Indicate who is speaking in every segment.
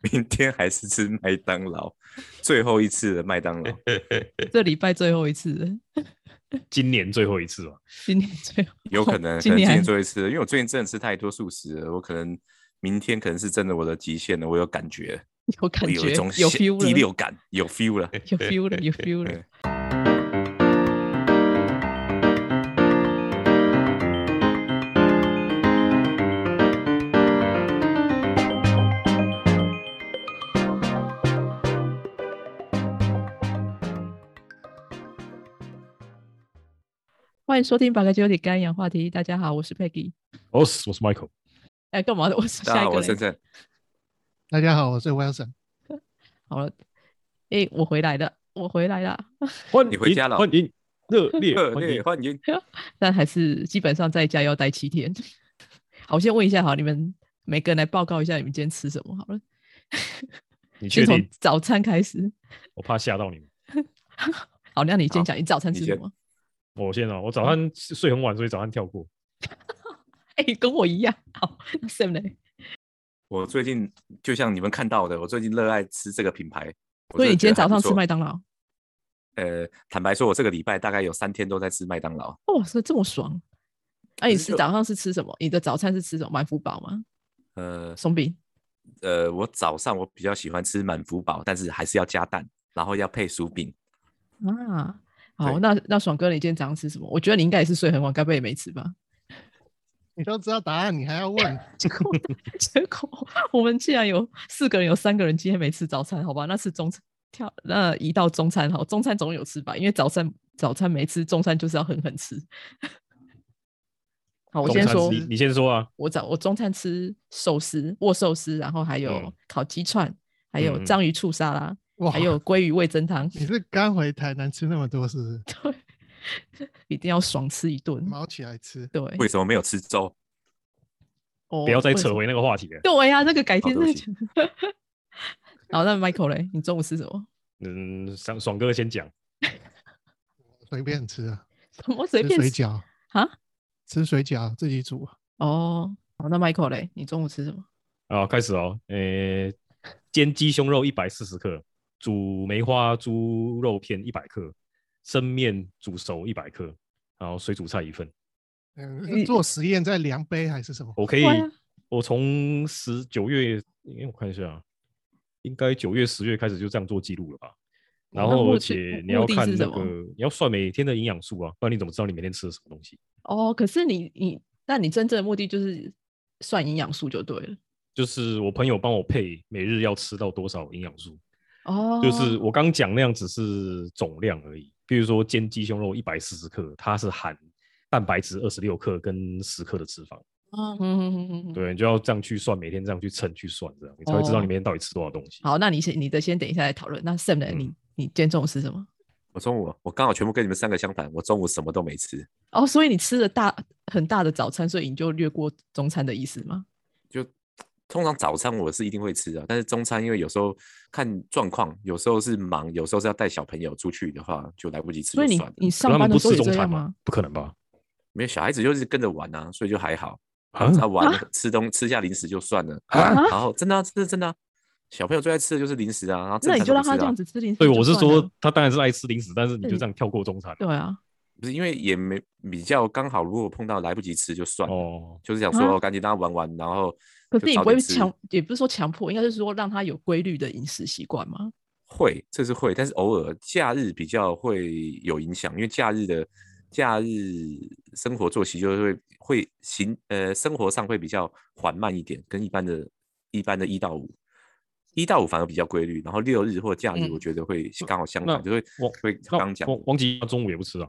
Speaker 1: 明天还是吃麦当劳，最后一次的麦当 劳。
Speaker 2: 这礼拜最后一次了，
Speaker 3: 今年最后一次吧。
Speaker 2: 今年最后，
Speaker 1: 有 可能，可
Speaker 2: 今
Speaker 1: 能今
Speaker 2: 年还
Speaker 1: 年做一次，因为我最近真的吃太多素食了，我可能明天可能是真的我的极限了，我有感觉了，
Speaker 2: 有感
Speaker 1: 我有
Speaker 2: 觉，
Speaker 1: 一种
Speaker 2: 有
Speaker 1: 先
Speaker 2: feel
Speaker 1: 第
Speaker 2: 了，
Speaker 1: 六感，有 feel 了。
Speaker 2: 有 feel 了，有 feel 了。欢迎收听《八个九点干养话题》，大家好，我是 Peggy。
Speaker 3: 我是我是 Michael，
Speaker 2: 哎，干嘛的？我 是
Speaker 1: 大家
Speaker 2: 下一
Speaker 1: 好，啊
Speaker 2: 个
Speaker 1: 我深
Speaker 2: 嘞。
Speaker 1: 圳，
Speaker 4: 大家好，我是 Wilson。
Speaker 2: 好了，哎，我回来了，我回来了，
Speaker 3: 欢
Speaker 1: 你回家了
Speaker 3: 迎欢迎热 烈
Speaker 1: 热
Speaker 3: 欢
Speaker 1: 烈
Speaker 3: 迎。
Speaker 1: 欢迎。
Speaker 2: 但还是基本上在家要待七天。 好，我先问一下，好，你们每个人来报告一下你们今天吃什么好了。
Speaker 3: 你确
Speaker 2: 先从
Speaker 3: 定？
Speaker 2: 早餐开始。
Speaker 3: 我怕吓到你们。
Speaker 2: 好，那你先
Speaker 1: 好
Speaker 2: 讲，你早餐
Speaker 1: 你
Speaker 2: 吃什
Speaker 1: 先
Speaker 2: 么？
Speaker 3: 我先哦，我早上睡很晚，所以早上跳过。
Speaker 2: 哎、跟我一样。好，那 Sam 呢？
Speaker 1: 我最近就像你们看到的，我最近热爱吃这个品牌。我
Speaker 2: 所
Speaker 1: 真
Speaker 2: 以
Speaker 1: 的
Speaker 2: 你今天
Speaker 1: 觉得还
Speaker 2: 早上
Speaker 1: 不
Speaker 2: 吃
Speaker 1: 错
Speaker 2: 麦当劳？
Speaker 1: 呃，坦白说，我这个礼拜大概有三天都在吃麦当劳。
Speaker 2: 哦，是这么爽。那、你
Speaker 1: 可是
Speaker 2: 是
Speaker 1: 就
Speaker 2: 早上是吃什么？你的早餐是吃什么？满福堡吗？
Speaker 1: 呃
Speaker 2: 松饼？
Speaker 1: 呃，我早上我比较喜欢吃满福堡，但是还是要加蛋，然后要配薯饼。
Speaker 2: 啊，好，
Speaker 1: 对
Speaker 2: 那那爽哥，你今天早上吃什么？我觉得你应该也是睡很晚，该不会也没吃吧？
Speaker 4: 你都知道答案，你还 要问？
Speaker 2: 结果结果我们竟然有四个人，有三个人今天没吃早餐，好吧？那是中餐跳，那移到中餐好，中餐总有吃吧？因为早餐早餐没吃，中餐就是要狠狠吃。好，我
Speaker 3: 中
Speaker 2: 先
Speaker 3: 餐
Speaker 2: 说，
Speaker 3: 你你先说啊。
Speaker 2: 我早我中餐吃寿司、握寿司，然后还有
Speaker 3: 嗯
Speaker 2: 烤鸡串，还有
Speaker 3: 嗯嗯
Speaker 2: 章鱼醋沙拉，
Speaker 4: 哇，
Speaker 2: 还有鲑鱼味增汤，
Speaker 4: 你是刚回台南吃那么多，是不是？
Speaker 2: 一定要爽吃一顿。
Speaker 4: 毛起来吃，
Speaker 2: 对，
Speaker 1: 为什么没有吃粥？
Speaker 2: 不
Speaker 3: 不要再扯。回那个话题了。
Speaker 2: 对呀、这个改天
Speaker 1: 对
Speaker 2: 再
Speaker 1: 不起
Speaker 2: 讲。 好，那 Michael 嘞，你中午吃什么？
Speaker 3: 嗯，爽爽哥先讲。
Speaker 4: 随便吃啊，
Speaker 2: 什么随
Speaker 4: 吃
Speaker 2: 便
Speaker 4: 水
Speaker 2: 吃
Speaker 4: 饺，
Speaker 2: 啊？
Speaker 4: 吃水饺自己煮啊。
Speaker 2: 哦，好，那 Michael 嘞，你中午吃什么？
Speaker 3: 啊，开始哦，诶，煎鸡胸肉一百四十克，煮梅花猪肉片一百克，生面煮熟一百克，然后水煮菜一份。
Speaker 4: 嗯，
Speaker 2: 你
Speaker 4: 是做实验在量杯还是什么？
Speaker 3: 我可以
Speaker 2: 哇，
Speaker 3: 我从十九月，因为我看一下，应该九月、十月开始就这样做记录了吧？然
Speaker 2: 哦那
Speaker 3: 后
Speaker 2: 目
Speaker 3: 而
Speaker 2: 的
Speaker 3: 且你
Speaker 2: 目
Speaker 3: 要
Speaker 2: 的
Speaker 3: 看
Speaker 2: 是
Speaker 3: 那
Speaker 2: 什么
Speaker 3: 个，你要算每天的营养素啊，不然你怎么知道你每天吃了什么东西？
Speaker 2: 哦，可是你你，那你真正的目的就是算营养素就对了。
Speaker 3: 就是我朋友帮我配每日要吃到多少营养素，
Speaker 2: 哦，
Speaker 3: 就是我刚讲那样只是总量而已。比如说煎鸡胸肉一百四十克，它是含蛋白质二十六克跟十克的脂肪，
Speaker 2: 嗯嗯嗯嗯嗯，
Speaker 3: 对，你就要这样去算，每天这样去称去算，这样你才会知道
Speaker 2: 哦
Speaker 3: 你每天到底吃多少东西。
Speaker 2: 好，那你先，你的先等一下来讨论。那 Sam 呢？
Speaker 3: 嗯
Speaker 2: 你你今天中午吃什么？
Speaker 1: 我中午我刚好全部跟你们三个相反，我中午什么都没吃，
Speaker 2: 哦，所以你吃了大很大的早餐，所以你就略过中餐的意思吗？
Speaker 1: 就通常早餐我是一定会吃的，但是中餐因为有时候看状况，有时候是忙，有时候是要带小朋友出去的话，就来不及吃
Speaker 2: 所
Speaker 1: 就
Speaker 2: 以你
Speaker 1: 算了。
Speaker 2: 你
Speaker 3: 可
Speaker 2: 上
Speaker 3: 他们
Speaker 2: 班的
Speaker 3: 不
Speaker 2: 时候
Speaker 3: 吃
Speaker 2: 也
Speaker 3: 中
Speaker 2: 这
Speaker 3: 餐
Speaker 2: 样
Speaker 3: 吗
Speaker 2: 吗？？
Speaker 3: 不可能吧？
Speaker 1: 没有小孩子就是跟着玩啊，所以就还好。
Speaker 3: 啊
Speaker 1: 他玩
Speaker 2: 啊
Speaker 1: 吃东吃下零食就算了，
Speaker 3: 啊
Speaker 1: 然后真的啊真的真的啊，小朋友最爱吃的就是零食啊，然后
Speaker 2: 那
Speaker 1: 正
Speaker 2: 你
Speaker 1: 餐都
Speaker 2: 就让
Speaker 1: 不吃
Speaker 2: 他这
Speaker 1: 啊
Speaker 2: 样子吃零食。
Speaker 3: 对，我是说，，他当然是爱吃零食，但是你
Speaker 2: 对
Speaker 3: 就这样跳过中餐。
Speaker 2: 对啊，
Speaker 1: 不是因为也没比较刚好，如果碰到来不及吃就算了，
Speaker 3: 哦，
Speaker 1: 就是想
Speaker 2: 啊
Speaker 1: 说赶紧让他玩玩，然后
Speaker 2: 可
Speaker 1: 就是
Speaker 2: 你
Speaker 1: 早
Speaker 2: 不会
Speaker 1: 点吃
Speaker 2: 强，也不是说强迫，应该是说让他有规律的饮食习惯吗？
Speaker 1: 会，这是会，但是偶尔假日比较会有影响，因为假日的假日生活作息就是会会行呃生活上会比较缓慢一点，跟一般的一般的一到五。一到五反而比较规律，然后六日或假日，我
Speaker 2: 嗯
Speaker 1: 觉得会刚好相
Speaker 3: 那
Speaker 1: 反，就会
Speaker 3: 我
Speaker 1: 会
Speaker 3: 那
Speaker 1: 刚刚讲，
Speaker 3: 汪汪吉他中午也不吃啊，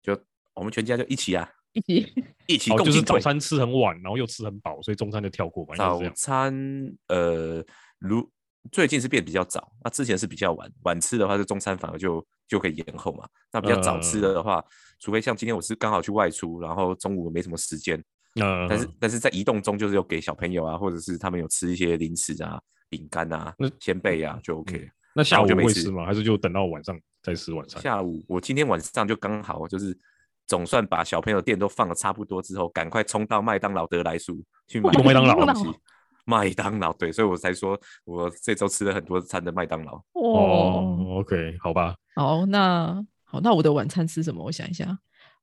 Speaker 1: 就我们全家就一起啊，
Speaker 2: 一起
Speaker 1: 一起
Speaker 3: 哦，
Speaker 1: 共
Speaker 3: 就是
Speaker 1: 进
Speaker 3: 早
Speaker 1: 退。
Speaker 3: 餐吃很晚，然后又吃很饱，所以中餐就跳过嘛，应该是
Speaker 1: 早
Speaker 3: 这样。
Speaker 1: 餐呃，如最近是变比较早，那之前是比较晚，晚吃的话就中餐反而就就可以延后嘛。那比较早吃
Speaker 3: 嗯
Speaker 1: 的话，除非像今天我是刚好去外出，然后中午没什么时间，
Speaker 3: 呃，
Speaker 1: 但是但是在移动中就是有给小朋友啊，或者是他们有吃一些零食啊、饼干啊
Speaker 3: 那、嗯
Speaker 1: 鲜贝啊，就 OK 了。
Speaker 3: 那下午
Speaker 1: 就没
Speaker 3: 会
Speaker 1: 吃
Speaker 3: 吃吗？还是就等到晚上再吃晚餐？
Speaker 1: 下午我今天晚上就刚好就是。总算把小朋友的店都放的差不多之后，赶快冲到麦当劳得来速去买
Speaker 3: 麦当劳
Speaker 1: 东西。麦当劳，对，所以我才说我这周吃了很多餐的麦当劳。
Speaker 2: 哦，
Speaker 3: 哦，OK，好吧，
Speaker 2: 好，那好，那我的晚餐吃什么？我想一下，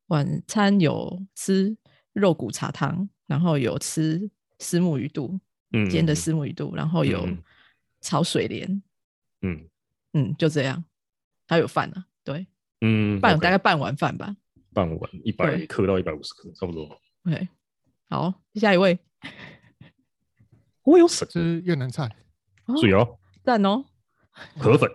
Speaker 2: 晚餐有吃肉骨茶汤，然后有吃石目鱼肚，
Speaker 3: 嗯，
Speaker 2: 煎的石目鱼肚，然后有
Speaker 3: 嗯
Speaker 2: 炒水莲，
Speaker 3: 嗯，
Speaker 2: 嗯，就这样，还有饭啊，对，
Speaker 3: 嗯，
Speaker 2: 半
Speaker 3: OK，
Speaker 2: 大概半碗饭吧，
Speaker 3: 半碗一百
Speaker 2: 对
Speaker 3: 克到一百五十克，差不多。
Speaker 2: 对，好，下一位，
Speaker 3: 我有省
Speaker 4: 吃越南菜，
Speaker 2: 哦
Speaker 3: 水哦，
Speaker 2: 赞哦，
Speaker 3: 河粉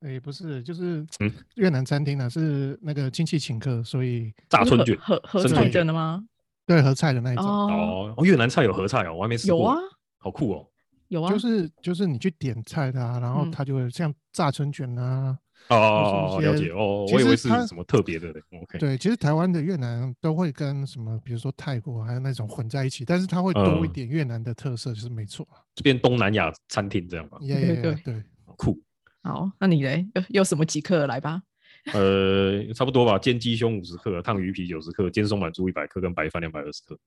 Speaker 4: 诶，哎不是，就是
Speaker 3: 嗯
Speaker 4: 越南餐厅呢、啊是那个亲戚请客，所以
Speaker 3: 炸
Speaker 2: 就是
Speaker 3: 春
Speaker 2: 合
Speaker 3: 卷
Speaker 2: 合合
Speaker 3: 生
Speaker 2: 菜
Speaker 4: 春
Speaker 2: 的
Speaker 3: 卷
Speaker 2: 呢吗？
Speaker 4: 对合菜的那一种，
Speaker 2: 哦，
Speaker 3: 哦，哦越南菜有合菜哦，我还没吃
Speaker 2: 有
Speaker 3: 过
Speaker 2: 啊，
Speaker 3: 好酷哦。
Speaker 2: 有啊，
Speaker 4: 就是就是你去点菜的啊，然后
Speaker 2: 嗯
Speaker 4: 他就会像炸春卷啊，
Speaker 3: 哦，
Speaker 4: 就是一
Speaker 3: 了
Speaker 4: 些
Speaker 3: 解哦，
Speaker 4: 其
Speaker 3: 我以
Speaker 4: 实
Speaker 3: 为是
Speaker 4: 它
Speaker 3: 什么特别的嘞。OK，
Speaker 4: 对，其实台湾的越南都会跟什么，比如说泰国啊还有那种混在一起，但是它会多一
Speaker 3: 嗯
Speaker 4: 点越南的特色，就是没错啊，
Speaker 3: 这边东南亚餐厅这样吧，
Speaker 4: 也
Speaker 2: 对
Speaker 4: 也
Speaker 2: 对
Speaker 4: 对，
Speaker 3: 好酷。
Speaker 2: 好，那你嘞，有有什么即刻来吧？
Speaker 3: 呃，差不多吧，煎鸡胸五十克，烫鱼皮九十克，煎松板猪一百克，跟白饭两百二十克。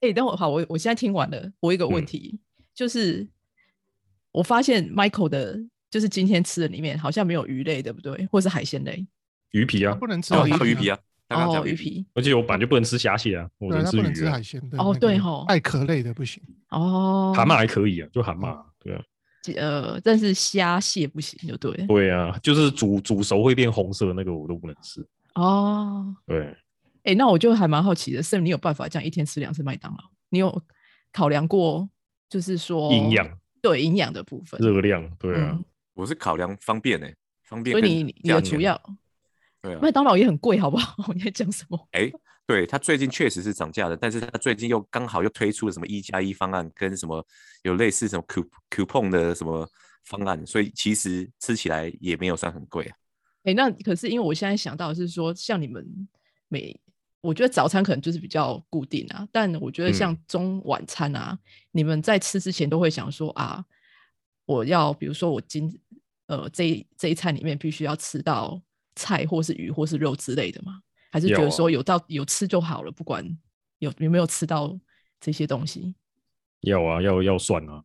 Speaker 2: 哎、等我好，我我现在听完了，我有一个问
Speaker 3: 嗯
Speaker 2: 题、就是，我发现 Michael 的，就是今天吃的里面好像没有鱼类，对不对？或是海鲜类？
Speaker 3: 鱼皮
Speaker 4: 它
Speaker 3: 啊
Speaker 4: 不，能吃
Speaker 1: 哦，
Speaker 4: 鱼
Speaker 1: 他有鱼皮
Speaker 4: 啊，
Speaker 1: 啊，他刚刚
Speaker 2: 哦，
Speaker 1: 讲
Speaker 2: 鱼
Speaker 1: 鱼皮，
Speaker 2: 皮，
Speaker 3: 而且我本来就不能吃虾蟹啊，我
Speaker 4: 对，它
Speaker 3: 能
Speaker 4: 不能
Speaker 3: 鱼
Speaker 4: 吃
Speaker 3: 啊
Speaker 4: 海，鲜的，
Speaker 2: 哦
Speaker 4: 那
Speaker 2: 对
Speaker 4: 个
Speaker 2: 吼
Speaker 4: 带壳类的不行，
Speaker 2: 哦，
Speaker 3: 蛤蟆还可以啊，就蛤蟆，对啊，
Speaker 2: 呃，但是虾蟹不行，就对了。
Speaker 3: 对啊，就是煮煮熟会变红色的那个我都不能吃。
Speaker 2: 哦，
Speaker 3: 对，
Speaker 2: 哎、那我就还蛮好奇的，Sam，你有办法这样一天吃两次麦当劳？你有考量过，就是说
Speaker 3: 营养、
Speaker 2: 哦对营养的部分？
Speaker 3: 热量，对啊
Speaker 2: 嗯，，
Speaker 1: 我是考量方便呢、方便
Speaker 2: 所以
Speaker 1: 跟家里
Speaker 2: 你
Speaker 1: 面。
Speaker 2: 你你的主要
Speaker 1: 对啊，
Speaker 2: 麦当劳也很贵，好不好？ 你在讲什么？
Speaker 1: 对他最近确实是涨价的，但是他最近又刚好又推出了什么一加一方案，跟什么有类似什么 coup coupon 的什么方案，所以其实吃起来也没有算很贵啊。
Speaker 2: 哎、那可是因为我现在想到的是说，像你们每，我觉得早餐可能就是比较固定啊，但我觉得像
Speaker 3: 嗯
Speaker 2: 中晚餐啊，你们在吃之前都会想说啊，我要比如说我今呃这一这一餐里面必须要吃到菜或是鱼或是肉之类的吗？还是觉
Speaker 3: 有
Speaker 2: 得
Speaker 3: 啊
Speaker 2: 说有到有吃就好了，不管有有没有吃到这些东西？
Speaker 3: 要啊，要要算啊，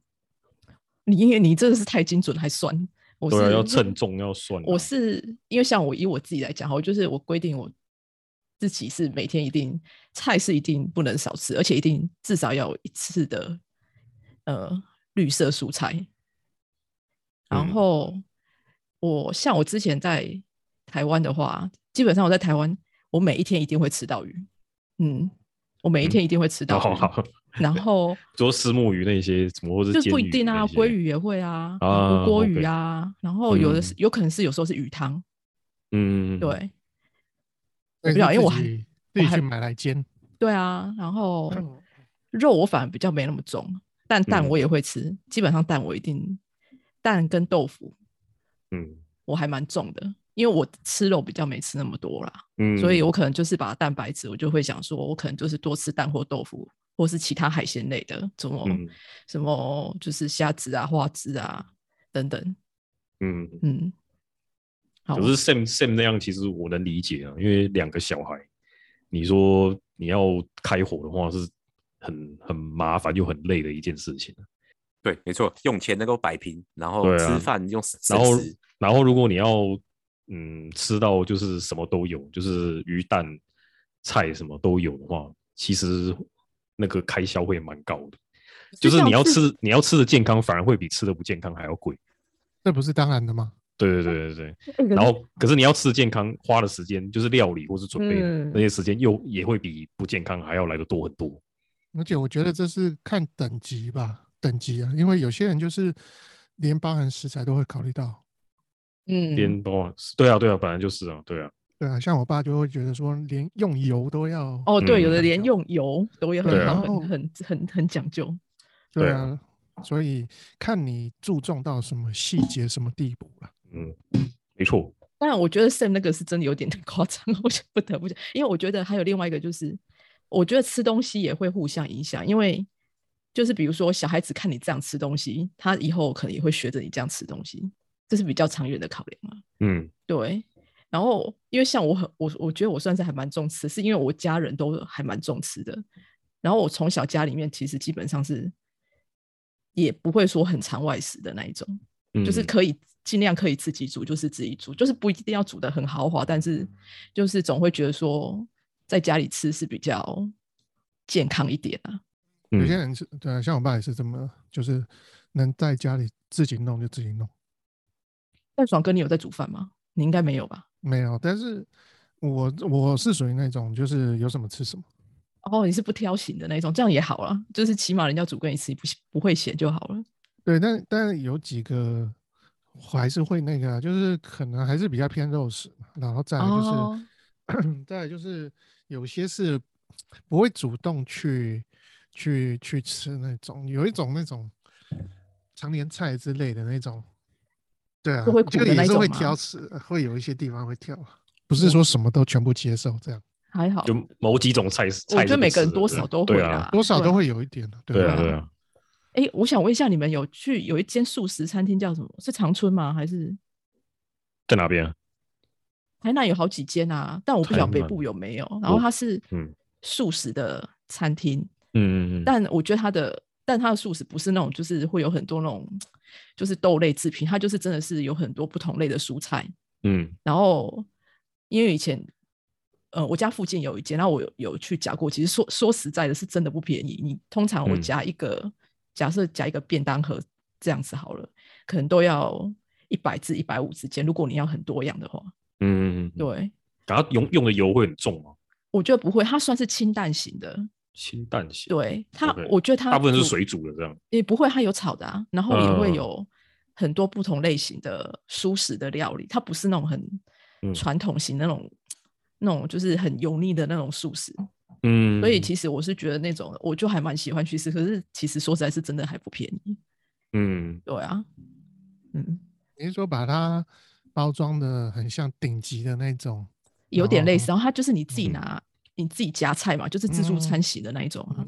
Speaker 2: 你因为你真的是太精准还算，我是
Speaker 3: 对啊，要称重要算啊。
Speaker 2: 我是因为像我以我自己来讲哈，我就是我规定我自己是每天一定菜是一定不能少吃，而且一定至少要有一次的呃绿色蔬菜。然
Speaker 3: 嗯
Speaker 2: 后我像我之前在台湾的话，基本上我在台湾，我每一天一定会吃到鱼，嗯，我每
Speaker 3: 嗯
Speaker 2: 一
Speaker 3: 哦
Speaker 2: 天一定会吃到
Speaker 3: 好
Speaker 2: 鱼，
Speaker 3: 好好，
Speaker 2: 然后。
Speaker 3: 做石目鱼那些什么，或者
Speaker 2: 就是
Speaker 3: 煎
Speaker 2: 不一
Speaker 3: 鱼
Speaker 2: 定啊，
Speaker 3: 那些
Speaker 2: 鲑鱼也会啊，
Speaker 3: 啊
Speaker 2: 火锅鱼
Speaker 3: OK
Speaker 2: 啊，然后有的是、有可能是有时候是鱼汤，
Speaker 3: 嗯，
Speaker 2: 对
Speaker 4: 我
Speaker 2: 不知道因为我还
Speaker 4: 自己自己去买来煎，
Speaker 2: 对啊，然后肉我反而比较没那么重，但蛋
Speaker 3: 嗯
Speaker 2: 我也会吃，基本上蛋我一定蛋跟豆腐
Speaker 3: 嗯
Speaker 2: 我还蛮重的，因为我吃肉比较没吃那么多啦，
Speaker 3: 嗯，
Speaker 2: 所以我可能就是把蛋白质，我就会想说，我可能就是多吃蛋或豆腐，或是其他海鲜类的，什么、
Speaker 3: 嗯
Speaker 2: 什么就是虾子啊、花枝啊等等，
Speaker 3: 嗯，
Speaker 2: 嗯，好，
Speaker 3: 可是 Sam Sam 那样，其实我能理解啊，因为两个小孩，你说你要开火的话，是很很麻烦又很累的一件事情。
Speaker 1: 对，没错，用钱能够摆平，然后
Speaker 3: 对啊
Speaker 1: 吃饭用省
Speaker 3: 然后
Speaker 1: 食，
Speaker 3: 然后如果你要嗯吃到就是什么都有，就是鱼蛋菜什么都有的话，其实那个开销会蛮高的。就
Speaker 2: 可是
Speaker 3: 是
Speaker 2: 这
Speaker 3: 你
Speaker 2: 样
Speaker 3: 要
Speaker 2: 吃
Speaker 3: 吃，你要吃的健康，反而会比吃的不健康还要贵。
Speaker 4: 这不是当然的吗？
Speaker 3: 对对对对对。
Speaker 2: 欸可
Speaker 3: 然
Speaker 2: 是
Speaker 3: 后，可是你要吃的健康，花的时间就是料理或是准备的、
Speaker 2: 嗯
Speaker 3: 那些时间，又也会比不健康还要来的多很多。
Speaker 4: 而且我觉得这是看等级吧，等级啊，因为有些人就是连包含食材都会考虑到，
Speaker 2: 嗯，
Speaker 3: 边包啊，对啊，对啊，本来就是啊，对啊，
Speaker 4: 对啊，像我爸就会觉得说，连用油都要，
Speaker 2: 哦，
Speaker 3: 嗯
Speaker 2: 对，有的
Speaker 4: 讲
Speaker 2: 连
Speaker 4: 究
Speaker 2: 用油都也很
Speaker 3: 对啊
Speaker 2: 好，很
Speaker 4: 哦
Speaker 2: 很很很讲究。
Speaker 4: 对
Speaker 3: 对
Speaker 4: 啊，所以看你注重到什么细节、什么地步了。
Speaker 3: 嗯，没错，
Speaker 2: 当然，我觉得 Sam 那个是真的有点太夸张， 我就不得不讲，因为我觉得还有另外一个就是，我觉得吃东西也会互相影响，因为就是比如说小孩子看你这样吃东西，他以后可能也会学着你这样吃东西，这是比较长远的考量啊。
Speaker 3: 嗯
Speaker 2: 对，然后因为像我很我我觉得我算是还蛮重吃，是因为我家人都还蛮重吃的，然后我从小家里面其实基本上是也不会说很常外食的那一种，就是
Speaker 3: 嗯
Speaker 2: 可以尽量可以自己煮，就是自己煮，就是不一定要煮的很豪华，但
Speaker 3: 嗯
Speaker 2: 是就是总会觉得说在家里吃是比较健康一点啊。
Speaker 3: 嗯
Speaker 4: 有些人是对，啊像我爸也是这么，就是能在家里自己弄就自己弄，
Speaker 2: 但爽哥，你有在煮饭吗？你应该没有吧？
Speaker 4: 没有。但是我我是属于那种就是有什么吃什么，
Speaker 2: 哦，你是不挑型的那种，这样也好啦，就是起码人家煮给你吃，你不不会咸就好了。
Speaker 4: 对，但但有几个我还是会那个啊，就是可能还是比较偏肉食嘛，然后再来就是、
Speaker 2: 哦
Speaker 4: 再来就是有些是不会主动去去去吃那种，有一种那种常年菜之类的那种，对啊，
Speaker 2: 就会
Speaker 4: 这
Speaker 2: 苦
Speaker 4: 个
Speaker 2: 的那
Speaker 4: 也是
Speaker 2: 种
Speaker 4: 会
Speaker 2: 吗哦
Speaker 4: 挑吃，会有一些地方会挑，不是说什么都全部接受这样，
Speaker 2: 还好，
Speaker 3: 就某几种菜，
Speaker 2: 我
Speaker 3: 菜
Speaker 2: 觉
Speaker 3: 是
Speaker 2: 得
Speaker 3: 不
Speaker 2: 每个人
Speaker 3: 吃的
Speaker 2: 多少都会
Speaker 3: 对
Speaker 2: 啦
Speaker 3: 啊，，
Speaker 4: 多少
Speaker 2: 对
Speaker 4: 都。会有一点的，
Speaker 3: 对
Speaker 4: 吧
Speaker 3: 啊，？对啊，
Speaker 2: 哎，我想问一下，你们有去有一间素食餐厅叫什么？是长春吗？还是
Speaker 3: 在哪边啊？
Speaker 2: 台哎南有好几间啊？但我不晓得
Speaker 3: 台
Speaker 2: 北
Speaker 3: 南
Speaker 2: 部有没有。然后
Speaker 3: 我
Speaker 2: 它是
Speaker 3: 嗯
Speaker 2: 素食的餐厅，
Speaker 3: 嗯嗯嗯，
Speaker 2: 但我觉得它的，但它的素食不是那种，就是会有很多那种，就是豆类制品，它就是真的是有很多不同类的蔬菜。
Speaker 3: 嗯
Speaker 2: 然后因为以前，呃，我家附近有一间，然后我有有去夹过。其实说说实在的，是真的不便宜。你通常我
Speaker 3: 嗯
Speaker 2: 夹一个，假设夹一个便当盒这样子好了，可能都要一百至一百五之间。如果你要很多样的话，
Speaker 3: 嗯嗯，嗯，
Speaker 2: 对
Speaker 3: 然后用用的油会很重吗？
Speaker 2: 我觉得不会，它算是清淡型的。
Speaker 3: 清淡型，，
Speaker 2: 对它
Speaker 3: OK，
Speaker 2: 我觉得它
Speaker 3: 大部分是
Speaker 2: 煮
Speaker 3: 水煮的这样。
Speaker 2: 也不会，它有炒的啊，然后也会
Speaker 3: 嗯
Speaker 2: 有很多不同类型的素食的料理，它不是那种很
Speaker 3: 嗯
Speaker 2: 传统型那种、那种就是很油腻的那种素食，
Speaker 3: 嗯，
Speaker 2: 所以其实我是觉得那种我就还蛮喜欢去吃，可是其实说实在是真的还不便宜，
Speaker 3: 嗯
Speaker 2: 对啊，嗯，
Speaker 4: 你是说把它包装的很像顶级的那种，
Speaker 2: 有点类
Speaker 4: 哦
Speaker 2: 似，然后它就是你自己
Speaker 3: 嗯
Speaker 2: 拿、你自己夹菜嘛，就是自助餐型的那一种啊，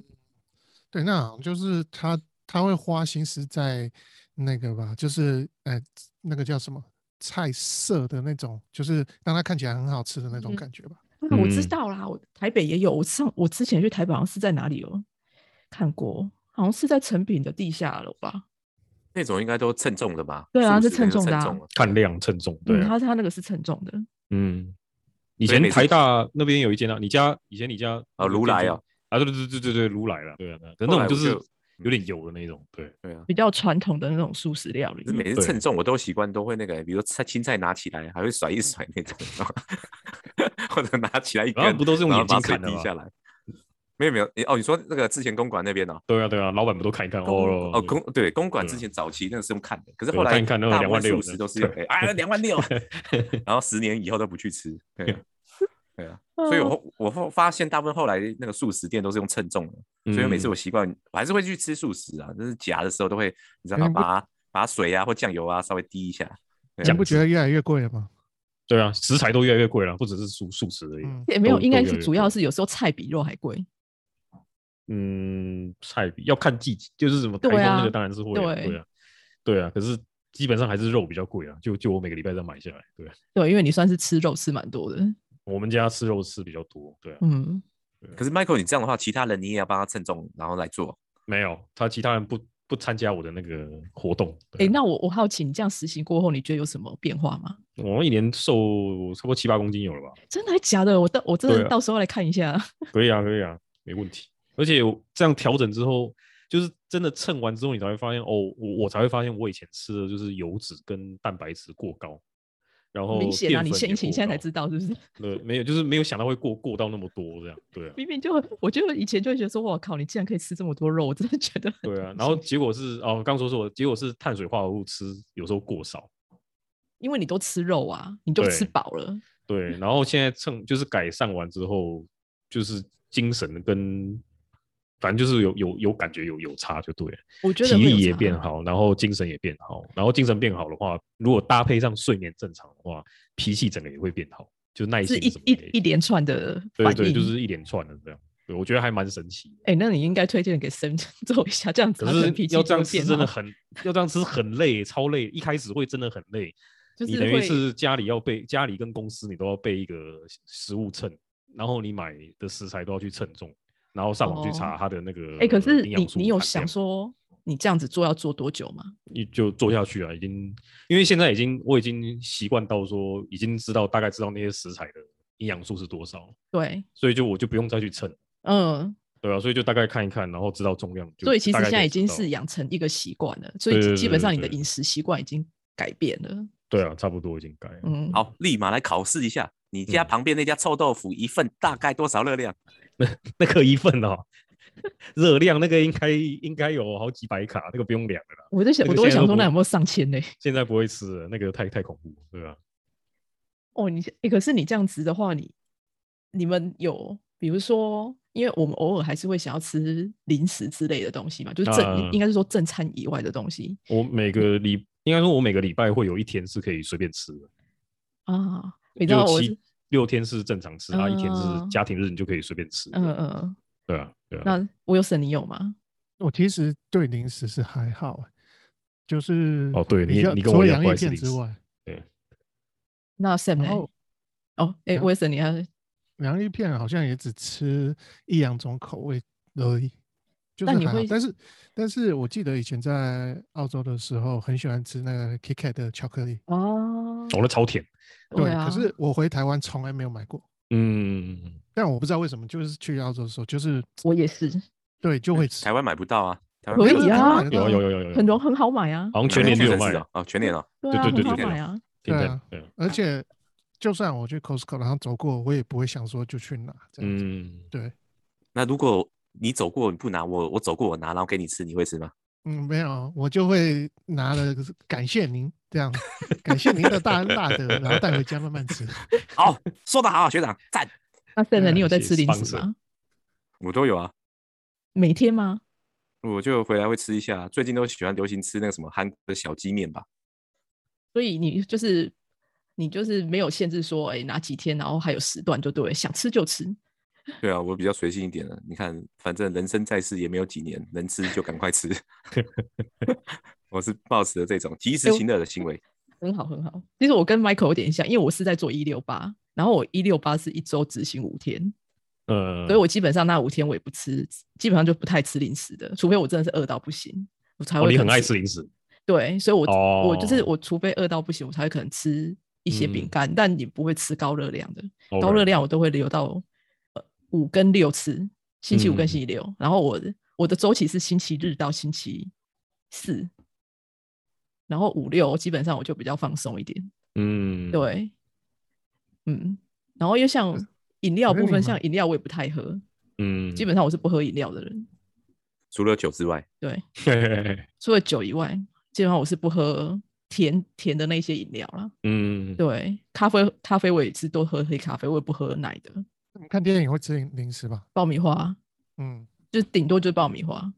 Speaker 4: 对，那好像就是他他会花心思在那个吧，就是呃那个叫什么菜色的那种，就是让它看起来很好吃的那种
Speaker 2: 嗯
Speaker 4: 感觉吧。
Speaker 2: 啊，我知
Speaker 3: 嗯
Speaker 2: 道啦，我台北也有。我上我之前去台北好像是在哪里有看过，好像是在成品的地下楼吧？
Speaker 1: 那种应该都称重的吧？
Speaker 2: 对啊
Speaker 1: 素
Speaker 2: 是
Speaker 1: 食
Speaker 2: 称
Speaker 1: 那就
Speaker 2: 重的啊
Speaker 1: 称重了
Speaker 3: 看量称重，对
Speaker 2: 嗯，
Speaker 3: 啊，
Speaker 2: 他他那个是称重的，
Speaker 3: 嗯。以
Speaker 1: 所以
Speaker 3: 前
Speaker 1: 每次
Speaker 3: 台大那边有一间啊，你家以前你家
Speaker 1: 哦如来啊，
Speaker 3: 啊，对对对对对对，如来了，对啊，对啊可
Speaker 1: 后
Speaker 3: 那
Speaker 1: 来
Speaker 3: 种
Speaker 1: 我
Speaker 3: 就是
Speaker 1: 就嗯
Speaker 3: 有点油的那种，对，
Speaker 1: 对啊，
Speaker 2: 比较传统的那种素食料理嗯
Speaker 1: 可是。每次
Speaker 3: 对
Speaker 1: 称重我都习惯都会那个，比如说菜青菜拿起来还会甩一甩那种，然后或者拿起来一
Speaker 3: 然后
Speaker 1: 根，
Speaker 3: 不都是用
Speaker 1: 然
Speaker 3: 眼
Speaker 1: 后把
Speaker 3: 睛看
Speaker 1: 水
Speaker 3: 的
Speaker 1: 滴
Speaker 3: 吗
Speaker 1: 下来。没有没有，诶哦，你说那个之前公馆那边哦，
Speaker 3: 对啊对啊，老板不都看一看哦
Speaker 1: 哦公对公馆
Speaker 3: 对
Speaker 1: 之
Speaker 3: 啊
Speaker 1: 前早期那个是用看的，可是
Speaker 3: 对
Speaker 1: 后
Speaker 3: 我
Speaker 1: 来
Speaker 3: 看一看那个
Speaker 1: 大部分
Speaker 3: 26,000
Speaker 1: 素食都是用哎啊两万 六，然后十年以后都不去吃，对啊对啊，所以
Speaker 2: 嗯
Speaker 1: 我后我后发现大部分后来那个素食店都是用称重的，所以每
Speaker 3: 嗯
Speaker 1: 次我习惯，我还是会去吃素食啊，就是夹的时候都会，你知道吗？
Speaker 4: 嗯不
Speaker 1: 把把水啊或酱油啊稍微滴一下。对
Speaker 4: 你
Speaker 1: 啊
Speaker 4: 不觉得越来越贵了吗？
Speaker 3: 对啊，食材都越来越贵了，不只是素素食而已啊。
Speaker 4: 嗯，
Speaker 2: 也没有，
Speaker 3: 都
Speaker 2: 应
Speaker 3: 都
Speaker 2: 该
Speaker 3: 有
Speaker 2: 是
Speaker 3: 有
Speaker 2: 主要
Speaker 3: 有
Speaker 2: 是有时候菜比肉还贵。
Speaker 3: 嗯，菜比要看季节，就是什么台
Speaker 2: 对
Speaker 3: 风那
Speaker 2: 啊
Speaker 3: 个当然是会啊，
Speaker 2: 对
Speaker 3: 对啊，对啊。可是基本上还是肉比较贵啊，就就我每个礼拜这样买下来，对啊。
Speaker 2: 对，因为你算是吃肉吃蛮多的，
Speaker 3: 我们家吃肉吃比较多，对啊，
Speaker 2: 嗯，
Speaker 1: 可是 Michael，你这样的话，其他人你也要帮他称重，然后来做。
Speaker 3: 没有他其他人不不参加我的那个活动。
Speaker 2: 哎、
Speaker 3: 对啊
Speaker 2: 那我我好奇，你这样实行过后，你觉得有什么变化吗？
Speaker 3: 我一年瘦差不多七八公斤有了吧？
Speaker 2: 真的还假的？我到我真
Speaker 3: 对
Speaker 2: 的
Speaker 3: 啊
Speaker 2: 到时候来看一下。
Speaker 3: 可以啊，可以啊，没问题。而且我这样调整之后，就是真的称完之后，你才会发现哦，我我才会发现我以前吃的就是油脂跟蛋白质过高，然后
Speaker 2: 明显啊，
Speaker 3: 淀
Speaker 2: 你
Speaker 3: 粉
Speaker 2: 现
Speaker 3: 也
Speaker 2: 你现
Speaker 3: 过高
Speaker 2: 在才知道是不是？
Speaker 3: 对，没有，就是没有想到会过过到那么多这样，对 啊，
Speaker 2: 明明就我就以前就会觉得说，哇靠，你竟然可以吃这么多肉，我真的觉得很
Speaker 3: 对啊
Speaker 2: 担。
Speaker 3: 然后
Speaker 2: 心
Speaker 3: 结果是哦，刚说错，结果是碳水化合物吃有时候过少，
Speaker 2: 因为你都吃肉啊，你就吃
Speaker 3: 对
Speaker 2: 饱了，
Speaker 3: 对。然后现在称就是改善完之后，就是精神跟反正就是有有有感觉有有差就对了，
Speaker 2: 我觉得
Speaker 3: 体
Speaker 2: 会有
Speaker 3: 力也
Speaker 2: 差
Speaker 3: 变好，然后精神也变好，然后精神变好的话，如果搭配上睡眠正常的话，脾气整个也会变好，就耐
Speaker 2: 是
Speaker 3: 心
Speaker 2: 一
Speaker 3: 什么
Speaker 2: 一
Speaker 3: 的也
Speaker 2: 一连串的反
Speaker 3: 对对，
Speaker 2: 应。
Speaker 3: 就是一连串的这样。对，我觉得还蛮神奇的。
Speaker 2: 哎、那你应该推荐给森 做一下，这样
Speaker 3: 可
Speaker 2: 子他可
Speaker 3: 是
Speaker 2: 能脾气
Speaker 3: 要
Speaker 2: 就
Speaker 3: 这
Speaker 2: 会
Speaker 3: 样吃
Speaker 2: 变
Speaker 3: 真的
Speaker 2: 好，
Speaker 3: 很，要这样吃很累，超累。一开始会真的很累，
Speaker 2: 就
Speaker 3: 你
Speaker 2: 是
Speaker 3: 等于
Speaker 2: 会
Speaker 3: 是家里要备，家里跟公司你都要备一个食物秤，然后你买的食材都要去称重，然后上网去
Speaker 2: 哦
Speaker 3: 查它的那个
Speaker 2: 哎、可是
Speaker 3: 呃营
Speaker 2: 你
Speaker 3: 养素
Speaker 2: 你有
Speaker 3: 含
Speaker 2: 想
Speaker 3: 量
Speaker 2: 说你这样子做要做多久吗？
Speaker 3: 你就做下去啊，已经因为现在已经我已经习惯到说已经知道大概知道那些食材的营养素是多少，
Speaker 2: 对，
Speaker 3: 所以就我就不用再去称，
Speaker 2: 嗯，
Speaker 3: 对啊，所以就大概看一看，然后知道重量就大概可知
Speaker 2: 所
Speaker 3: 道。
Speaker 2: 以其实现在已经是养成一个习惯了，所
Speaker 3: 对
Speaker 2: 以
Speaker 3: 对
Speaker 2: 基本上
Speaker 3: 对
Speaker 2: 你的
Speaker 3: 对
Speaker 2: 饮食习惯已经改变了。
Speaker 3: 对啊，差不多已经改了。
Speaker 2: 嗯，，
Speaker 1: 好，立马来考试一下，你家
Speaker 3: 嗯
Speaker 1: 旁边那家臭豆腐一份大概多少热量？
Speaker 3: 那个一份哦， 热量那个应该应该有好几百卡，那个不用量的啦。
Speaker 2: 我在想，
Speaker 3: 那
Speaker 2: 我
Speaker 3: 个
Speaker 2: 都会
Speaker 3: 现在
Speaker 2: 想
Speaker 3: 都
Speaker 2: 说，
Speaker 3: 不
Speaker 2: 那有没有上千呢？
Speaker 3: 现在不会吃了，那个太太恐怖了，对吧？
Speaker 2: 哦，你、欸、可是你这样子的话，你你们有比如说，因为我们偶尔还是会想要吃零食之类的东西嘛，就是正、
Speaker 3: 啊
Speaker 2: 应该是说正餐以外的东西
Speaker 3: 我每个礼应该说，我每个礼拜会有一天是可以随便吃的，
Speaker 2: 啊。你知道
Speaker 3: 六
Speaker 2: 我是
Speaker 3: 七六天是正常吃，啊，一天是
Speaker 2: 嗯
Speaker 3: 家庭日，你就可以随便吃。
Speaker 2: 嗯嗯，嗯，
Speaker 3: 对啊，对啊。
Speaker 2: 那我有省你有吗？
Speaker 4: 我其实对零食是还好欸，就是
Speaker 3: 哦对
Speaker 4: 比
Speaker 3: 你
Speaker 4: 较
Speaker 3: 你跟
Speaker 4: 除
Speaker 3: 我
Speaker 4: 了
Speaker 3: 一样
Speaker 4: 洋
Speaker 3: 不
Speaker 4: 芋
Speaker 3: 爱吃
Speaker 4: 片
Speaker 3: 零
Speaker 4: 之
Speaker 3: 食
Speaker 4: 外，
Speaker 2: 那 Sam
Speaker 4: 然
Speaker 2: 呢？
Speaker 4: 后
Speaker 2: 哦，哎、
Speaker 4: 然后
Speaker 2: 我也省你啊。
Speaker 4: 洋芋片好像也只吃一两种口味而已，就
Speaker 2: 那
Speaker 4: 是
Speaker 2: 你
Speaker 4: 还好
Speaker 2: 会。
Speaker 4: 但是但是我记得以前在澳洲的时候，很喜欢吃那个 Kit Kat 的巧克力，
Speaker 2: 哦，
Speaker 3: 哦，那超甜。
Speaker 4: 对，
Speaker 2: 啊，
Speaker 4: 可是我回台湾从来没有买过。
Speaker 3: 嗯，
Speaker 4: 但我不知道为什么，就是去澳洲的时候，就是
Speaker 2: 我也是，
Speaker 4: 对就会吃
Speaker 1: 台。湾买不到啊，台湾
Speaker 2: 可
Speaker 1: 没
Speaker 2: 以
Speaker 1: 有
Speaker 4: 对
Speaker 1: 啊
Speaker 4: 台湾
Speaker 2: 啊
Speaker 4: 买得
Speaker 3: 有
Speaker 4: 到
Speaker 3: 啊有有有有有，
Speaker 2: 很多很好买啊，
Speaker 3: 好像全
Speaker 1: 台湾
Speaker 3: 年都有
Speaker 1: 城
Speaker 3: 卖
Speaker 1: 市，哦，哦全年哦，
Speaker 2: 对
Speaker 3: 对
Speaker 2: 啊，
Speaker 3: 对
Speaker 2: 很
Speaker 3: 对
Speaker 2: 好
Speaker 1: 对
Speaker 2: 买啊。
Speaker 3: 甜
Speaker 4: 对
Speaker 3: 甜
Speaker 4: 啊
Speaker 3: 对啊，
Speaker 4: 而且就算我去 Costco，然后走过，我也不会想说就去拿这样子。
Speaker 3: 嗯，
Speaker 4: 对，
Speaker 1: 那如果你走过你不拿，我我走过我拿，然后给你吃，你会吃吗？
Speaker 4: 嗯，没有，我就会拿了感谢您这样，感谢您的大恩大德，然后带回家慢慢吃。
Speaker 1: 好，说得好啊，学长赞，
Speaker 2: 那 Sam 呢？你有在
Speaker 3: 谢
Speaker 2: 吃零食
Speaker 3: sponsor
Speaker 2: 吗？
Speaker 1: 我都有啊，
Speaker 2: 每天吗？
Speaker 1: 我就回来会吃一下。最近都喜欢流行吃那个什么韩国的小鸡面吧，
Speaker 2: 所以你就是你就是没有限制说，哎、哪几天，然后还有时段就对了，想吃就吃。
Speaker 1: 对啊，我比较随性一点的。你看，反正人生在世也没有几年，能吃就赶快吃。 我是抱持了这种及时行乐的行为。
Speaker 2: 很好，很好。其实我跟 Michael 有点像，因为我是在做一六八，然后我一六八是一周执行五天，
Speaker 3: 呃，
Speaker 2: 所以我基本上那五天我也不吃，基本上就不太吃零食的，除非我真的是饿到不行，我才
Speaker 3: 哦
Speaker 2: 会、
Speaker 3: 你很爱吃。零食，
Speaker 2: 对，所以我、我就是
Speaker 3: 哦
Speaker 2: 我，除非饿到不行，我才会可能吃一些饼
Speaker 3: 嗯
Speaker 2: 干，但你不会吃高热量的。高
Speaker 3: OK
Speaker 2: 热量我都会留到呃五跟六吃，星期五跟
Speaker 3: 嗯
Speaker 2: 星期六。然后我的我的周期是星期日到星期四，然后五六基本上我就比较放松一点。
Speaker 3: 嗯，
Speaker 2: 对，嗯，然后又像饮料
Speaker 4: 可是
Speaker 2: 部
Speaker 4: 你
Speaker 2: 分，
Speaker 4: 们
Speaker 2: 像饮料我也不太喝，
Speaker 3: 嗯，
Speaker 2: 基本上我是不喝饮料的人。
Speaker 1: 除了酒之外，
Speaker 2: 对，
Speaker 3: 本
Speaker 2: 除了酒以外，基本上我是不喝甜甜的那些饮料啦。
Speaker 3: 嗯，
Speaker 2: 对，咖啡咖啡我也是多喝黑咖啡，我也不喝奶的。
Speaker 4: 你们看电影会吃零零食吧？
Speaker 2: 爆米花
Speaker 4: 嗯，
Speaker 2: 就顶多就是爆米花。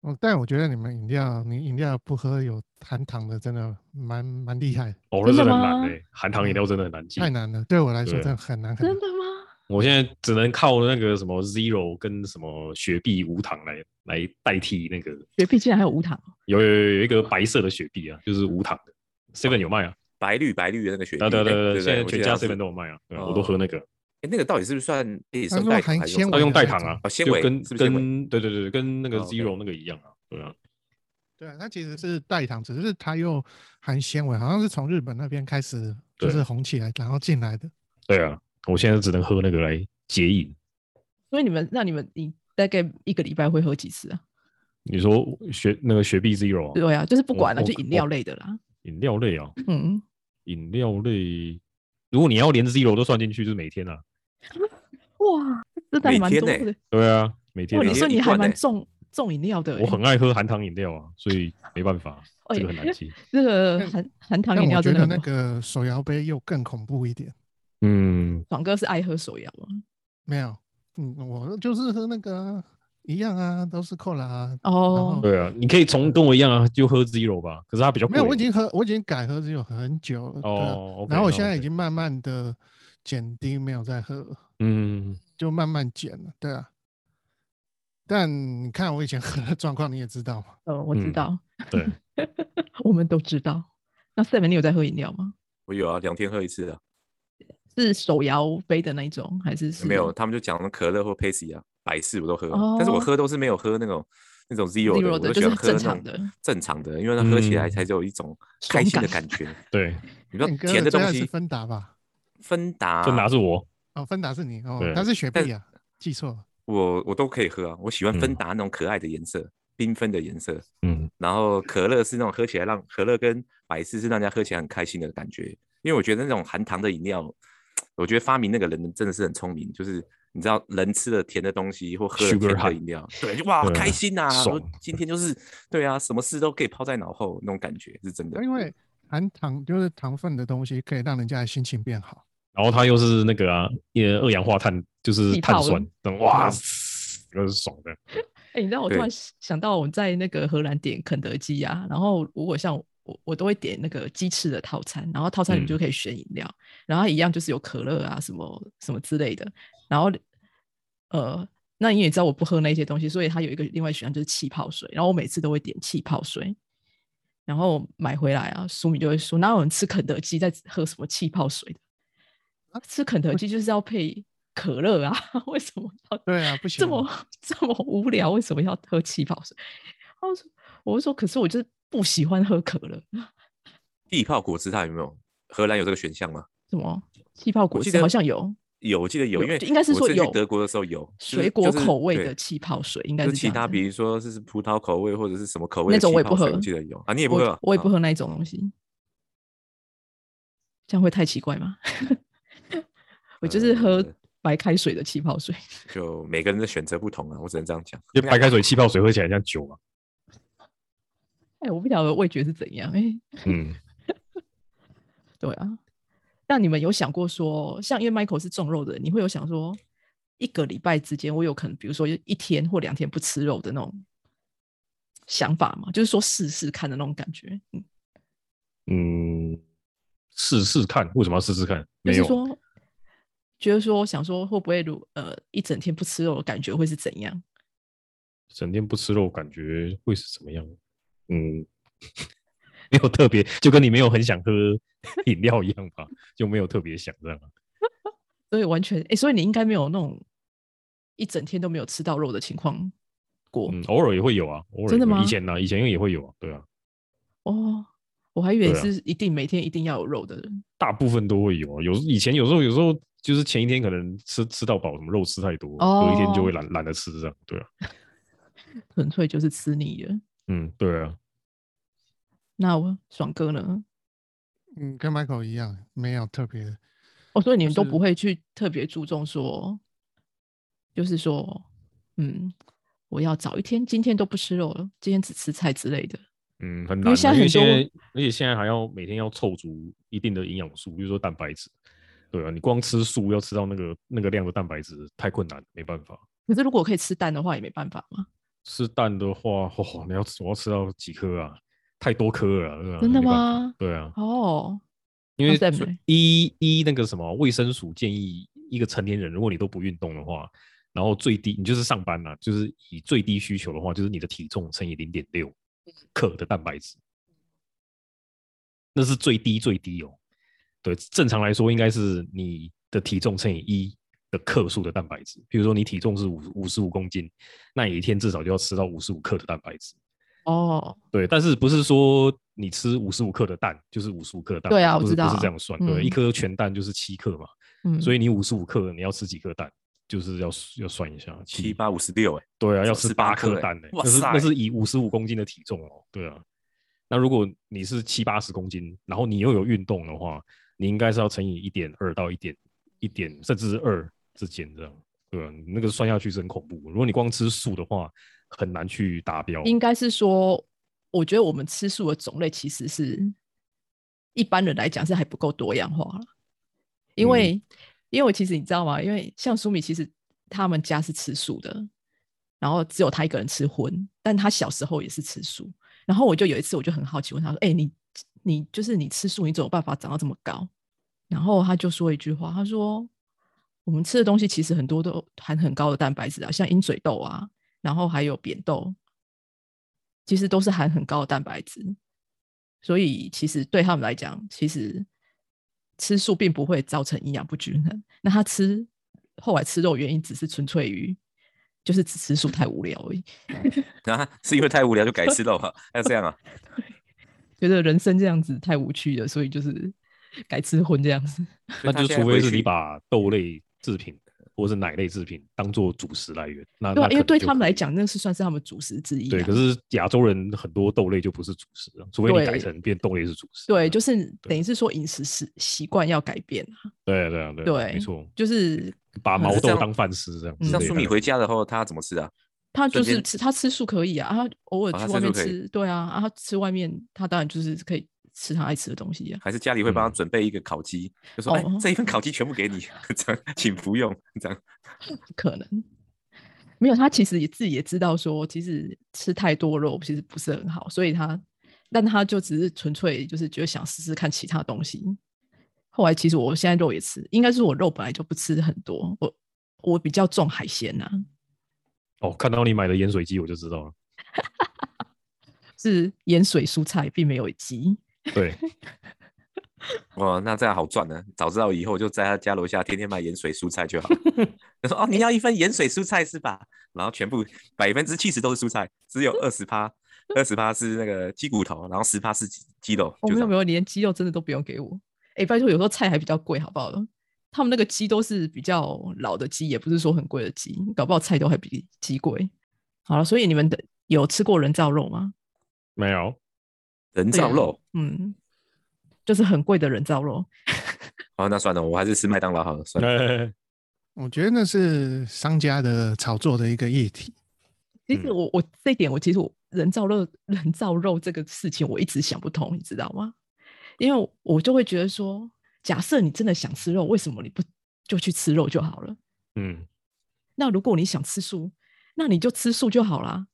Speaker 4: 我但我觉得你们饮料，你饮料不喝有含糖的，真的蛮蛮厉害的，
Speaker 3: 哦，那
Speaker 2: 真
Speaker 3: 真
Speaker 2: 的
Speaker 3: 的很
Speaker 2: 吗
Speaker 3: 难诶、含糖饮料真的很难戒
Speaker 4: 太。难了，对我来说
Speaker 3: 对
Speaker 4: 真的很难很
Speaker 2: 真
Speaker 4: 难。
Speaker 2: 的吗？
Speaker 3: 我现在只能靠那个什么 Zero 跟什么雪碧无糖来来代替那个
Speaker 2: 雪碧竟然还有无糖哦，
Speaker 3: 有有有有一个白色的雪碧啊，就是无糖的，Seven 有卖啊，
Speaker 1: 白绿白绿的那个雪碧，
Speaker 3: 对对
Speaker 1: 哎
Speaker 3: 对
Speaker 1: 对
Speaker 3: 对，啊
Speaker 1: 不
Speaker 3: 现在
Speaker 1: 我记
Speaker 3: 全
Speaker 1: 得
Speaker 3: 家
Speaker 1: 它是
Speaker 3: Seven 都有卖啊，对啊
Speaker 1: 哦
Speaker 3: 我都喝那个，
Speaker 1: 哎，那个到底是不是算诶，
Speaker 4: 它
Speaker 1: 是
Speaker 4: 说
Speaker 1: 代糖
Speaker 4: 含
Speaker 1: 还是用什
Speaker 3: 要
Speaker 4: 纤
Speaker 1: 么
Speaker 4: 维
Speaker 3: 用
Speaker 4: 的
Speaker 3: 代
Speaker 4: 那
Speaker 3: 糖啊
Speaker 4: 种，
Speaker 1: 哦纤
Speaker 3: 就
Speaker 1: 维
Speaker 3: 跟
Speaker 1: 是不是纤维
Speaker 3: 跟对对对对，跟那个
Speaker 1: 哦，OK
Speaker 3: Zero 那个一样啊，对啊，
Speaker 4: 对，它其实是代糖，只是它又含纤维，好像是从日本那边开始就
Speaker 3: 对
Speaker 4: 是红起来，然后进来的。
Speaker 3: 对啊，我现在只能喝那个来解瘾。
Speaker 2: 所以你们那你们你大概一个礼拜会喝几次啊？
Speaker 3: 你说雪那个雪碧 Zero 啊，
Speaker 2: 对啊，就是不
Speaker 3: 我
Speaker 2: 管了，
Speaker 3: 我
Speaker 2: 就
Speaker 3: 可
Speaker 2: 饮
Speaker 3: 我
Speaker 2: 料类的啦。
Speaker 3: 饮料类啊，
Speaker 2: 嗯，
Speaker 3: 饮料类，如果你要连 Zero 都算进去，就是每天啊，
Speaker 2: 哇，真的还
Speaker 1: 每
Speaker 2: 蛮
Speaker 1: 天
Speaker 2: 多
Speaker 1: 呢
Speaker 2: 的。
Speaker 3: 对啊，每天
Speaker 2: 哇，
Speaker 3: 啊
Speaker 2: 你
Speaker 1: 每
Speaker 2: 说
Speaker 1: 天一
Speaker 2: 你还
Speaker 1: 罐
Speaker 2: 蛮
Speaker 1: 呢
Speaker 2: 重重饮料的欸。
Speaker 3: 我很爱喝含糖饮料啊，所以没办法，
Speaker 2: 哎
Speaker 3: 这个很难记。
Speaker 2: 这个
Speaker 4: 但
Speaker 2: 含含糖
Speaker 4: 嗯但
Speaker 2: 饮料
Speaker 4: 我觉
Speaker 2: 真的
Speaker 4: 得
Speaker 2: 很
Speaker 4: 那
Speaker 2: 多。
Speaker 4: 个手摇杯又更恐怖一点。
Speaker 3: 嗯，
Speaker 2: 爽哥是爱喝手摇啊吗？
Speaker 4: 没有，嗯，我就是喝那个啊一样啊，都是扣拉、啊。
Speaker 2: 哦
Speaker 4: 后，
Speaker 3: 对啊，你可以从跟我一样啊，就喝 Zero 吧，可是它比较贵
Speaker 4: 没有，我已经喝，我已经改喝只有很久了。对啊
Speaker 3: 哦，OK，
Speaker 4: 然后我
Speaker 3: 那
Speaker 4: 现在已
Speaker 3: OK
Speaker 4: 经慢慢的减低，没有再喝了，
Speaker 3: 嗯，
Speaker 4: 就慢慢减了。对啊。但你看我以前喝的状况，你也知道嘛。
Speaker 2: 呃，我知
Speaker 3: 嗯
Speaker 2: 道，
Speaker 3: 对，
Speaker 2: 我们都知道。那 Seven，你有在喝饮料吗？
Speaker 1: 我有啊，两天喝一次啊，
Speaker 2: 是手摇杯的那一种，还是是
Speaker 1: 没有，？他们就讲可乐或 Pepsi 啊，百事我都喝啊，但是我
Speaker 2: 哦
Speaker 1: 喝都是没有喝那种那种 zero 的，
Speaker 2: Zero
Speaker 1: 我
Speaker 2: 的
Speaker 1: 都
Speaker 2: 就
Speaker 1: 喜
Speaker 2: 是
Speaker 1: 欢喝
Speaker 2: 正
Speaker 1: 那
Speaker 2: 常
Speaker 1: 种
Speaker 2: 的
Speaker 1: 正常的，因为它喝起来
Speaker 3: 嗯
Speaker 1: 才有一种开心的感觉。
Speaker 3: 对，
Speaker 1: 你说
Speaker 4: 你哥
Speaker 1: 甜
Speaker 4: 的最
Speaker 1: 东
Speaker 4: 爱是
Speaker 1: 西，
Speaker 4: 芬达吧？
Speaker 1: 芬达，
Speaker 3: 这拿是我，
Speaker 4: 哦，芬达是你哦
Speaker 3: 对，
Speaker 4: 他是雪
Speaker 1: 但
Speaker 4: 碧啊，记错了。
Speaker 1: 我我都可以喝啊，我喜欢芬
Speaker 3: 嗯
Speaker 1: 达那种可爱的颜色，缤纷的颜色。
Speaker 3: 嗯，
Speaker 1: 然后可乐是那种喝起来让可乐跟百事是让人家喝起来很开心的感觉，因为我觉得那种含糖的饮料，我觉得发明那个人真的是很聪明，就是你知道人吃了甜的东西或喝了
Speaker 3: Sugar
Speaker 1: 甜的
Speaker 3: high
Speaker 1: 饮料，对，就哇
Speaker 3: 对
Speaker 1: 开心呐、啊，
Speaker 3: 爽
Speaker 1: 我今天就是对啊，什么事都可以抛在脑后那种感觉是真的，
Speaker 4: 因为含糖就是糖分的东西，可以让人家的心情变好。
Speaker 3: 然后它又是那个啊，也二氧化碳就是
Speaker 2: 气
Speaker 3: 碳
Speaker 2: 泡
Speaker 3: 酸，等哇，就是爽的，
Speaker 2: 哎、你知道我突
Speaker 1: 对
Speaker 2: 然想到，我在那个荷兰点肯德基啊，然后如果像我，我都会点那个鸡翅的套餐，然后套餐里面就可以选饮料，然后它一样就是有可乐啊什么什么之类的，然后呃，那你也知道我不喝那些东西，所以它有一个另外选项就是气泡水，然后我每次都会点气泡水。然后买回来啊，苏米就会说：“哪有人吃肯德基在喝什么气泡水的？
Speaker 4: 啊
Speaker 2: 吃肯德基就是要配可乐啊， 为什么要
Speaker 4: 对啊，不行
Speaker 2: 这么 这么无聊，为什么要喝气泡水？他说，我就说，可是我就是不喜欢喝可乐，
Speaker 1: 气泡果汁它有没有？荷兰有这个选项吗？
Speaker 2: 什么气泡果
Speaker 1: 记
Speaker 2: 汁
Speaker 1: 得
Speaker 2: 哦好像有，
Speaker 1: 有，我记得有，因为
Speaker 2: 应该是
Speaker 1: 我
Speaker 2: 说
Speaker 1: 之前
Speaker 2: 有
Speaker 1: 去德国的时候有就是
Speaker 2: 水果
Speaker 1: 就是
Speaker 2: 口味的
Speaker 1: 对
Speaker 2: 气泡水，应该
Speaker 1: 就是其
Speaker 2: 这
Speaker 1: 他
Speaker 2: 样子
Speaker 1: 比如说是葡萄口味或者是什么口味
Speaker 2: 那
Speaker 1: 的
Speaker 2: 种
Speaker 1: 气
Speaker 2: 我也不
Speaker 1: 泡水
Speaker 2: 喝
Speaker 1: 我记得有啊，你也不喝啊、
Speaker 2: 我我也不
Speaker 1: 啊
Speaker 2: 喝那一种东西，这样会太奇怪吗？ 我就是喝
Speaker 1: 呃
Speaker 2: 白开水的气泡水，
Speaker 1: 就每个人的选择不同啊，我只能这样讲。
Speaker 3: 就白开水、气泡水喝起来像酒啊嘛，
Speaker 2: 哎，我不晓得味觉是怎样，哎，
Speaker 3: 嗯，
Speaker 2: 对啊，那你们有想过说，像因为 Michael 是重肉的人，你会有想说，一个礼拜之间，我有可能比如说一天或两天不吃肉的那种想法吗？就是说试试看的那种感觉，嗯，
Speaker 3: 嗯，试试看，为什么要试试看？
Speaker 2: 就
Speaker 3: 没
Speaker 2: 是
Speaker 3: 有，
Speaker 2: 说，觉得说想说会不会如呃一整天不吃肉的感觉会是怎样？
Speaker 3: 整天不吃肉，感觉会是怎么样？嗯， 没有特别，就跟你没有很 想喝饮料一样吧，就没有特别想这样啊。
Speaker 2: 所以完全哎、所以你应该没有那种一整天都没有吃到肉的情况过、
Speaker 3: 嗯，偶尔也会有啊，偶尔
Speaker 2: 真的
Speaker 3: 也会
Speaker 2: 吗
Speaker 3: 以前呢、以前也会有啊，对啊，
Speaker 2: 哦。我还以为
Speaker 3: 对啊
Speaker 2: 是一定每天一定要有肉的人，
Speaker 3: 大部分都会有啊。有以前有时候有时候就是前一天可能吃吃到饱，什么肉吃太多，隔一天就会
Speaker 2: 哦
Speaker 3: 懒懒得吃这样，对啊，
Speaker 2: 纯粹就是吃腻了。
Speaker 3: 嗯，对啊，
Speaker 2: 那我爽哥呢？
Speaker 4: 嗯，跟 Michael 一样，没有特别的。
Speaker 2: 哦，所以你
Speaker 4: 就
Speaker 2: 们都不
Speaker 4: 是
Speaker 2: 会去特别注重说，就是说，嗯，我要早一天，今天都不吃肉了，今天只吃菜之类的。
Speaker 3: 嗯，很
Speaker 2: 因为
Speaker 3: 难啊、
Speaker 2: 现在
Speaker 3: 因为
Speaker 2: 很
Speaker 3: 现
Speaker 2: 多
Speaker 3: 在而且现在还要每天要凑足一定的营养素，比如说蛋白质，对啊，你光吃素要吃到那个那个量的蛋白质太困难，没办法。
Speaker 2: 可是如果可以吃蛋的话，也没办法嘛。
Speaker 3: 吃蛋的话，哦，你要吃我要吃到几颗啊？太多颗了啊，对啊
Speaker 2: 真的？
Speaker 3: 没办
Speaker 2: 吗
Speaker 3: 法？对啊，
Speaker 2: 哦，
Speaker 3: 因为
Speaker 2: 在
Speaker 3: 最
Speaker 2: 美
Speaker 3: 依依那个什么卫生署建议，一个成年人如果你都不运动的话，然后最低你就是上班啦、就是以最低需求的话，就是你的体重乘以零点六克的蛋白质，那是最低最低哦。对，正常来说应该是你的体重乘以一的克数的蛋白质。比如说你体重是五五十五公斤，那你一天至少就要吃到五十五克的蛋白质。
Speaker 2: 哦，
Speaker 3: 对，但是不是说你吃五十五克的蛋就是五十五克的蛋白
Speaker 2: 对
Speaker 3: 质？
Speaker 2: 啊我
Speaker 3: 不是
Speaker 2: 知道
Speaker 3: 不是这
Speaker 2: 啊
Speaker 3: 样算，对，一
Speaker 2: 嗯
Speaker 3: 颗全蛋就是七克嘛，
Speaker 2: 嗯，
Speaker 3: 所
Speaker 2: 以
Speaker 3: 以你五十五克你要吃几颗蛋，就是要要算一下，
Speaker 1: 七八五十六，哎，
Speaker 3: 对啊，要
Speaker 1: 要
Speaker 3: 吃
Speaker 1: 吃
Speaker 3: 八
Speaker 1: 八颗
Speaker 3: 颗
Speaker 1: 欸
Speaker 3: 蛋呢、
Speaker 1: 哇
Speaker 3: 那是那
Speaker 1: 塞
Speaker 3: 是以五十五公斤的体重哦，对啊，那如果你是七八十公斤，然后你又有运动的话，你应该是要乘以一点二到一点一点甚至是二之间这样，对啊，你那个算下去是很恐怖。如果你光吃素的话，很难去达标。
Speaker 2: 应该是说，我觉得我们吃素的种类其实是一般人来讲是还不够多样化了，因
Speaker 3: 嗯
Speaker 2: 为、因为我其实你知道吗？因为像苏米，其实他们家是吃素的，然后只有他一个人吃荤，但他小时候也是吃素。然后我就有一次，我就很好奇问他说：“哎、你你就是你吃素，你怎么有办法长到这么高？”然后他就说一句话，他说：“我们吃的东西其实很多都含很高的蛋白质啊，像鹰嘴豆啊，然后还有扁豆，其实都是含很高的蛋白质。所以其实对他们来讲，其实吃素并不会造成营养不均衡。那他吃后来吃肉的原因只是纯粹于就是只吃素太无聊而已，
Speaker 1: 啊，是因为太无聊就改吃肉啊？要这样 啊？
Speaker 2: 觉得人生这样子太无趣了，所以就是 改吃荤这样子。
Speaker 1: 所
Speaker 3: 那
Speaker 1: 以他
Speaker 3: 就
Speaker 1: 现在
Speaker 3: 除非
Speaker 1: 回
Speaker 3: 是你
Speaker 1: 去
Speaker 3: 把豆类制品或是奶类制品当做主食来源，那
Speaker 2: 对啊、
Speaker 3: 那
Speaker 2: 因为
Speaker 3: 可能
Speaker 2: 对
Speaker 3: 就
Speaker 2: 他们
Speaker 3: 可
Speaker 2: 来
Speaker 3: 以
Speaker 2: 讲，那是算是他们主食之一、啊。
Speaker 3: 对，可是亚洲人很多豆类就不是主食了，除非你改
Speaker 2: 对
Speaker 3: 成变豆类是主食。
Speaker 2: 对，就是是等于是说饮食习习惯要改变啊，
Speaker 3: 对啊对啊对啊，
Speaker 2: 对
Speaker 3: 没错，
Speaker 2: 就是
Speaker 3: 把
Speaker 2: 可
Speaker 3: 毛
Speaker 1: 是这
Speaker 3: 豆
Speaker 1: 样
Speaker 3: 当饭吃这样之
Speaker 2: 嗯
Speaker 3: 类
Speaker 1: 那
Speaker 3: 的。
Speaker 1: 苏米回家了后，他怎么吃啊？
Speaker 2: 他
Speaker 1: 瞬
Speaker 2: 就是
Speaker 1: 间
Speaker 2: 吃他吃素可以啊，啊他偶尔
Speaker 1: 哦他吃
Speaker 2: 去外面
Speaker 1: 素可以
Speaker 2: 吃，对啊，啊他吃外面他当然就是可以吃他爱吃的东西啊。
Speaker 1: 还是家里会帮他
Speaker 3: 嗯
Speaker 1: 准备一个烤鸡，就说：“哎、
Speaker 2: 哦
Speaker 1: 这一份烤鸡全部给你， 这样请服用。”这样
Speaker 2: 可能没有，他其实也自己也知道说，其实吃太多肉其实不是很好，所以他，但他就只是纯粹就是觉得想试试看其他东西。后来其实我现在肉也吃，应该是我肉本来就不吃很多，我我比较重海鲜呐、啊
Speaker 3: 哦，看到你买的盐水鸡我就知道了。
Speaker 2: 是盐水蔬菜，并没有鸡。
Speaker 3: 对，
Speaker 1: 哇，哦那这样好赚呢、早知道以后就在他家楼下天天卖盐水蔬菜就好。 他说：“哦，你要一份盐水蔬菜是吧？”然后全部百分之七十都是蔬菜，只有二十趴，二十趴是那个鸡骨头，然后十趴是鸡鸡肉。
Speaker 2: 我、
Speaker 1: 就这
Speaker 2: 哦没有
Speaker 1: 样
Speaker 2: 没有，连鸡肉真的都不用给我。哎、拜托，有时候菜还比较贵，好不好？他们那个鸡都是比较老的鸡，也不是说很贵的鸡，搞不好菜都还比鸡贵。好了，所以你们的有吃过人造肉吗？
Speaker 3: 没有
Speaker 1: 人
Speaker 2: 对
Speaker 1: 造
Speaker 2: 啊
Speaker 1: 肉。
Speaker 2: 嗯，就是很贵的人造肉。
Speaker 1: 哦，那算了，我还是吃麦当劳好了，
Speaker 2: 啊
Speaker 1: 算了。
Speaker 4: 我觉得那是商家的炒作的一个议题。
Speaker 2: 其实
Speaker 3: 嗯
Speaker 2: 我、我这一点我其实我人造肉人造肉这个事情我一直想不通，你知道吗？因为我就会觉得说，假设你真的想吃肉，为什么你不就去吃肉就好了？
Speaker 3: 嗯，
Speaker 2: 那如果你想吃素，那你就吃素就好啦。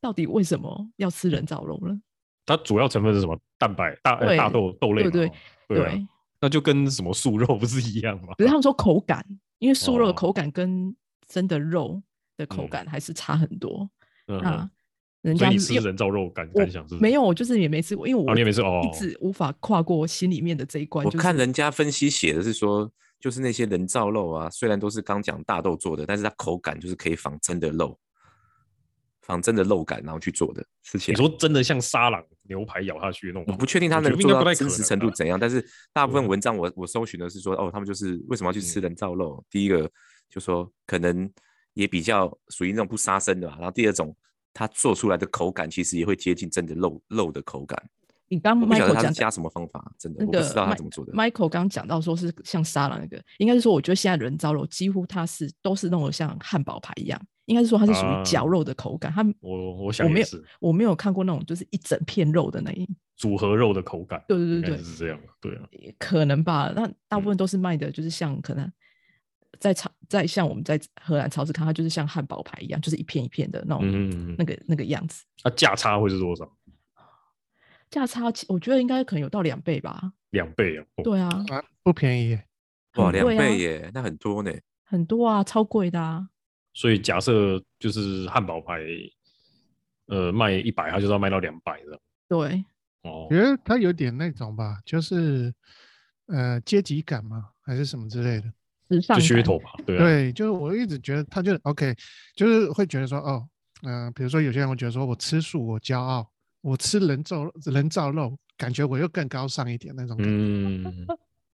Speaker 2: 到底为什么要吃人造肉呢？
Speaker 3: 它主要成分是什么？蛋白大呃
Speaker 2: 对
Speaker 3: 大豆豆类嘛，
Speaker 2: 对
Speaker 3: 哦对啊，那就跟什么素肉不是一样吗
Speaker 2: 只？是他们说口感，因为素肉的
Speaker 3: 哦
Speaker 2: 口感跟真的肉的口
Speaker 3: 嗯
Speaker 2: 感还是差很多。
Speaker 3: 嗯
Speaker 2: 那
Speaker 3: 哼，
Speaker 2: 人
Speaker 3: 所
Speaker 2: 家
Speaker 3: 以你
Speaker 2: 是
Speaker 3: 吃
Speaker 2: 因为
Speaker 3: 人造肉感
Speaker 2: 我
Speaker 3: 感想是
Speaker 2: 没有，我就是也没吃过，因为
Speaker 3: 啊
Speaker 2: 我
Speaker 3: 你也没吃哦
Speaker 2: 一直无法跨过心里面的这一关。
Speaker 1: 我
Speaker 2: 就是
Speaker 1: 看人家分析写的是说，就是那些人造肉啊，虽然都是刚讲大豆做的，但是它口感就是可以仿真的肉，仿真的肉感，然后去做的。是起
Speaker 3: 你
Speaker 1: 来
Speaker 3: 说真的像沙朗牛排咬下去那
Speaker 1: 我
Speaker 3: 种，
Speaker 1: 不确定它
Speaker 3: 我觉
Speaker 1: 能
Speaker 3: 得应
Speaker 1: 做
Speaker 3: 该不
Speaker 1: 到
Speaker 3: 太
Speaker 1: 真
Speaker 3: 可
Speaker 1: 实
Speaker 3: 能
Speaker 1: 程度
Speaker 3: 啊
Speaker 1: 怎样，但是大部分
Speaker 3: 对
Speaker 1: 文章我我搜寻的是说，哦，他们就是为什么要去吃
Speaker 3: 嗯
Speaker 1: 人造肉？第一个就说可能也比较属于那种不杀生的吧，然后第二种。它做出来的口感其实也会接近真的肉肉的口感，
Speaker 2: 你刚
Speaker 1: 我
Speaker 2: 刚
Speaker 1: 不晓得
Speaker 2: 嗯 Michael
Speaker 1: 它是
Speaker 2: 讲
Speaker 1: 加
Speaker 2: 的
Speaker 1: 什么方法，真的
Speaker 2: 那
Speaker 1: 我不知
Speaker 2: 个
Speaker 1: 道它
Speaker 2: Mi-
Speaker 1: 怎么做的。
Speaker 2: Michael 刚讲到说是像沙拉那个，应该是说我觉得现在人造肉几乎它是都是弄得像汉堡排一样，应该是说它是属
Speaker 3: 啊
Speaker 2: 于绞肉的口感。它
Speaker 3: 我我
Speaker 2: 我
Speaker 3: 想也
Speaker 2: 没有
Speaker 3: 是
Speaker 2: 我没有看过那种就是一整片肉的那一，
Speaker 3: 组合肉的口感，
Speaker 2: 对对
Speaker 3: 应
Speaker 2: 对
Speaker 3: 该
Speaker 2: 嗯对，
Speaker 3: 是这样，对啊，
Speaker 2: 可能吧。那大
Speaker 3: 嗯
Speaker 2: 部分都是卖的，就是像可能在超在像我们在荷兰超市看，它就是像汉堡排一样，就是一片一片的那种、
Speaker 3: 嗯嗯嗯
Speaker 2: 那个那个样子。
Speaker 3: 那价差会是多少？
Speaker 2: 价差其我觉得应该可能有到两倍吧。
Speaker 3: 两倍啊！哦
Speaker 2: 对啊，
Speaker 4: 啊，不便宜耶，
Speaker 1: 哇，
Speaker 2: 很
Speaker 1: 两
Speaker 2: 贵啊
Speaker 1: 倍耶，那很多呢。
Speaker 2: 很多啊，超贵的啊。
Speaker 3: 所以假设就是汉堡排，呃，卖一百，它就是要卖到两百的
Speaker 2: 对，
Speaker 3: 哦
Speaker 4: 我。觉得它有点那种吧，就是呃阶级感嘛，还是什么之类的。
Speaker 2: 时尚
Speaker 3: 就噱
Speaker 2: 感
Speaker 3: 头吧，对啊，
Speaker 4: 对，就是我一直觉得他就 OK，就是会觉得说哦，嗯、比如说有些人会觉得说我吃素我骄傲，我吃人造人造肉，感觉我又更高尚一点那种感觉。
Speaker 3: 嗯，